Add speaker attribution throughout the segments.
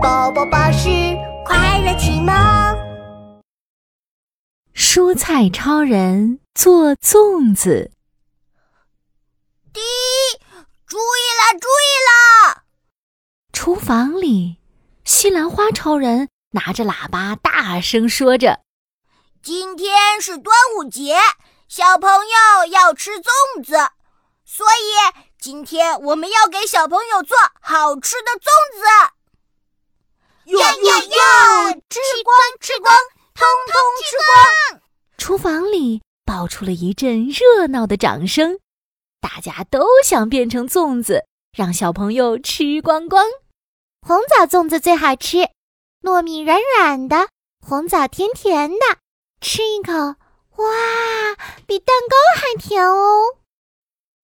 Speaker 1: 宝宝巴士快乐启蒙。
Speaker 2: 蔬菜超人做粽子，
Speaker 1: 滴，注意啦，注意啦！
Speaker 2: 厨房里，西兰花超人拿着喇叭大声说着
Speaker 1: 今天是端午节，小朋友要吃粽子，所以今天我们要给小朋友做好吃的粽子。
Speaker 3: 哟哟
Speaker 1: 哟！吃光吃光，通通吃光！：“
Speaker 2: 厨房里爆出了一阵热闹的掌声，大家都想变成粽子，让小朋友吃光光。
Speaker 4: 红枣粽子最好吃，糯米软软的，红枣甜甜的，吃一口，哇，比蛋糕还甜哦！”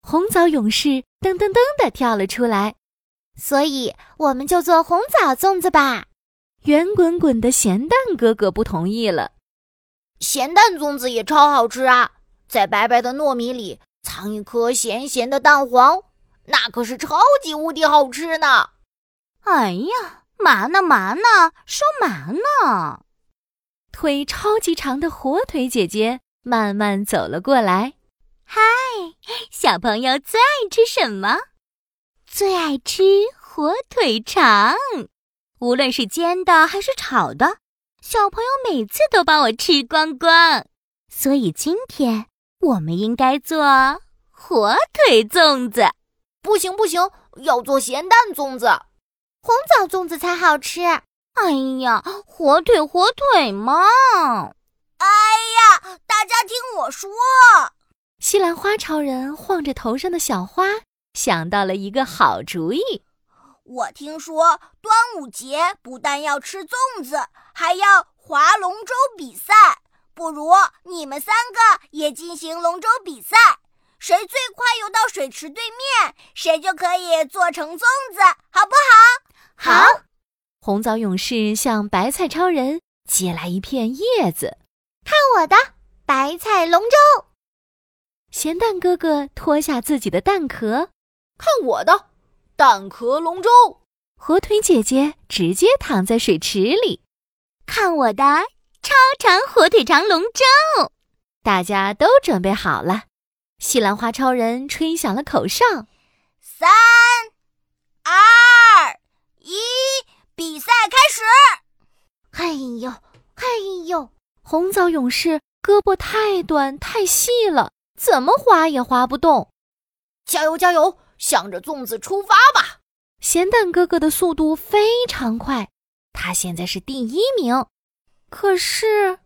Speaker 2: 红枣勇士噔噔噔地跳了出来，
Speaker 4: 所以我们就做红枣粽子吧。
Speaker 2: 圆滚滚的咸蛋哥哥不同意了。
Speaker 3: 咸蛋粽子也超好吃啊！在白白的糯米里藏一颗咸咸的蛋黄，那可是超级无敌好吃呢！
Speaker 4: 哎呀，嘛呢嘛呢，说嘛呢？
Speaker 2: 腿超级长的火腿姐姐慢慢走了过来。
Speaker 4: 小朋友最爱吃什么？最爱吃火腿肠，无论是煎的还是炒的，小朋友每次都把我吃光光。所以今天我们应该做火腿粽子，
Speaker 3: 不行不行，要做咸蛋粽子。
Speaker 4: 红枣粽子才好吃。哎呀，火腿火腿嘛！
Speaker 1: 哎呀，大家听我说，
Speaker 2: 西兰花超人晃着头上的小花，想到了一个好主意。
Speaker 1: 我听说端午节不但要吃粽子，还要划龙舟比赛。不如你们三个也进行龙舟比赛，谁最快游到水池对面，谁就可以做成粽子，好不好？
Speaker 4: 好。
Speaker 2: 红枣勇士向白菜超人借来一片叶子，
Speaker 4: 我的白菜龙舟，
Speaker 2: 咸蛋哥哥脱下自己的蛋壳，
Speaker 3: 看我的，蛋壳龙舟！
Speaker 2: 火腿姐姐直接躺在水池里。
Speaker 4: 看我的超长火腿肠龙舟。
Speaker 2: 大家都准备好了，西兰花超人吹响了口哨。
Speaker 1: 三、二、一，比赛开始！
Speaker 4: 哎呦，哎呦！
Speaker 2: 红枣勇士胳膊太短太细了，怎么划也划不动。
Speaker 3: 加油加油，向着粽子出发吧！
Speaker 2: 咸蛋哥哥的速度非常快，他现在是第一名。可是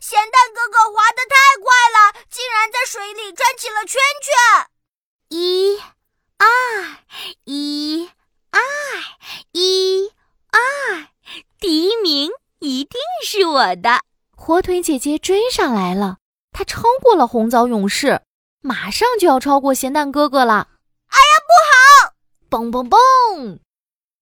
Speaker 1: 咸蛋哥哥滑得太快了，竟然在水里转起了圈圈。
Speaker 4: 一、二、一、二、一、二，第一名一定是我的！
Speaker 2: 火腿姐姐追上来了，她超过了红枣勇士，马上就要超过咸蛋哥哥了。
Speaker 3: 蹦蹦蹦！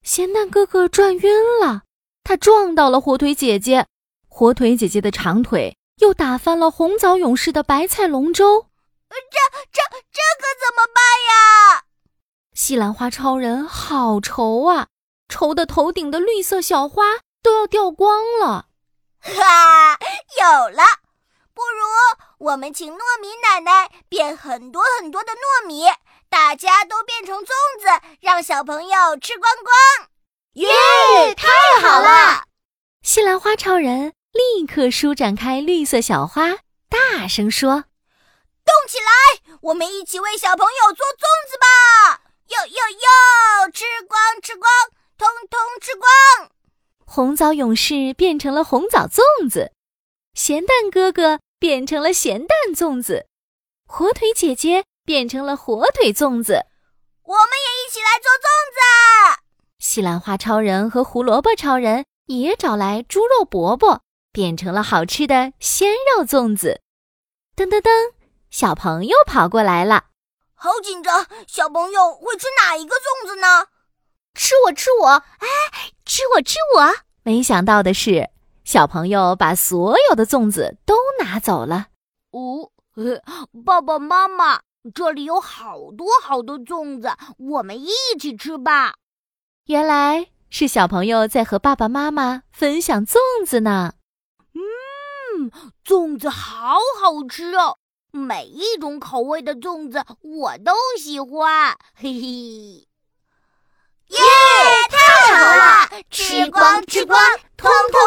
Speaker 2: 咸蛋哥哥转晕了，他撞到了火腿姐姐，火腿姐姐的长腿又打翻了红枣勇士的白菜龙舟。
Speaker 1: 这这可怎么办呀？
Speaker 2: 西兰花超人好愁啊，愁得头顶的绿色小花都要掉光了。
Speaker 1: 哈，有了！不如我们请糯米奶奶变很多很多的糯米，大家都变成粽子，让小朋友吃光光。耶，太
Speaker 4: 好了！
Speaker 2: 西兰花超人立刻舒展开绿色小花，大声说
Speaker 1: 动起来，我们一起为小朋友做粽子吧！哟哟哟，吃光吃光，通通吃光！：“
Speaker 2: 红枣勇士变成了红枣粽子，咸蛋哥哥变成了咸蛋粽子，火腿姐姐变成了火腿粽子。”
Speaker 1: 我们也一起来做粽子。
Speaker 2: 西兰花超人和胡萝卜超人也找来猪肉伯伯，变成了好吃的鲜肉粽子。噔噔噔，小朋友跑过来了。
Speaker 1: 好紧张，小朋友会吃哪一个粽子呢？
Speaker 4: 吃我，吃我！哎，吃我，吃我！
Speaker 2: 没想到的是，小朋友把所有的粽子都拿走了。
Speaker 3: 哦，呃爸爸妈妈，这里有好多好多粽子，我们一起吃吧！
Speaker 2: 原来是小朋友在和爸爸妈妈分享粽子呢。
Speaker 1: 粽子好好吃哦，每一种口味的粽子我都喜欢，嘿嘿。
Speaker 5: 耶，太好了！吃光吃光，通通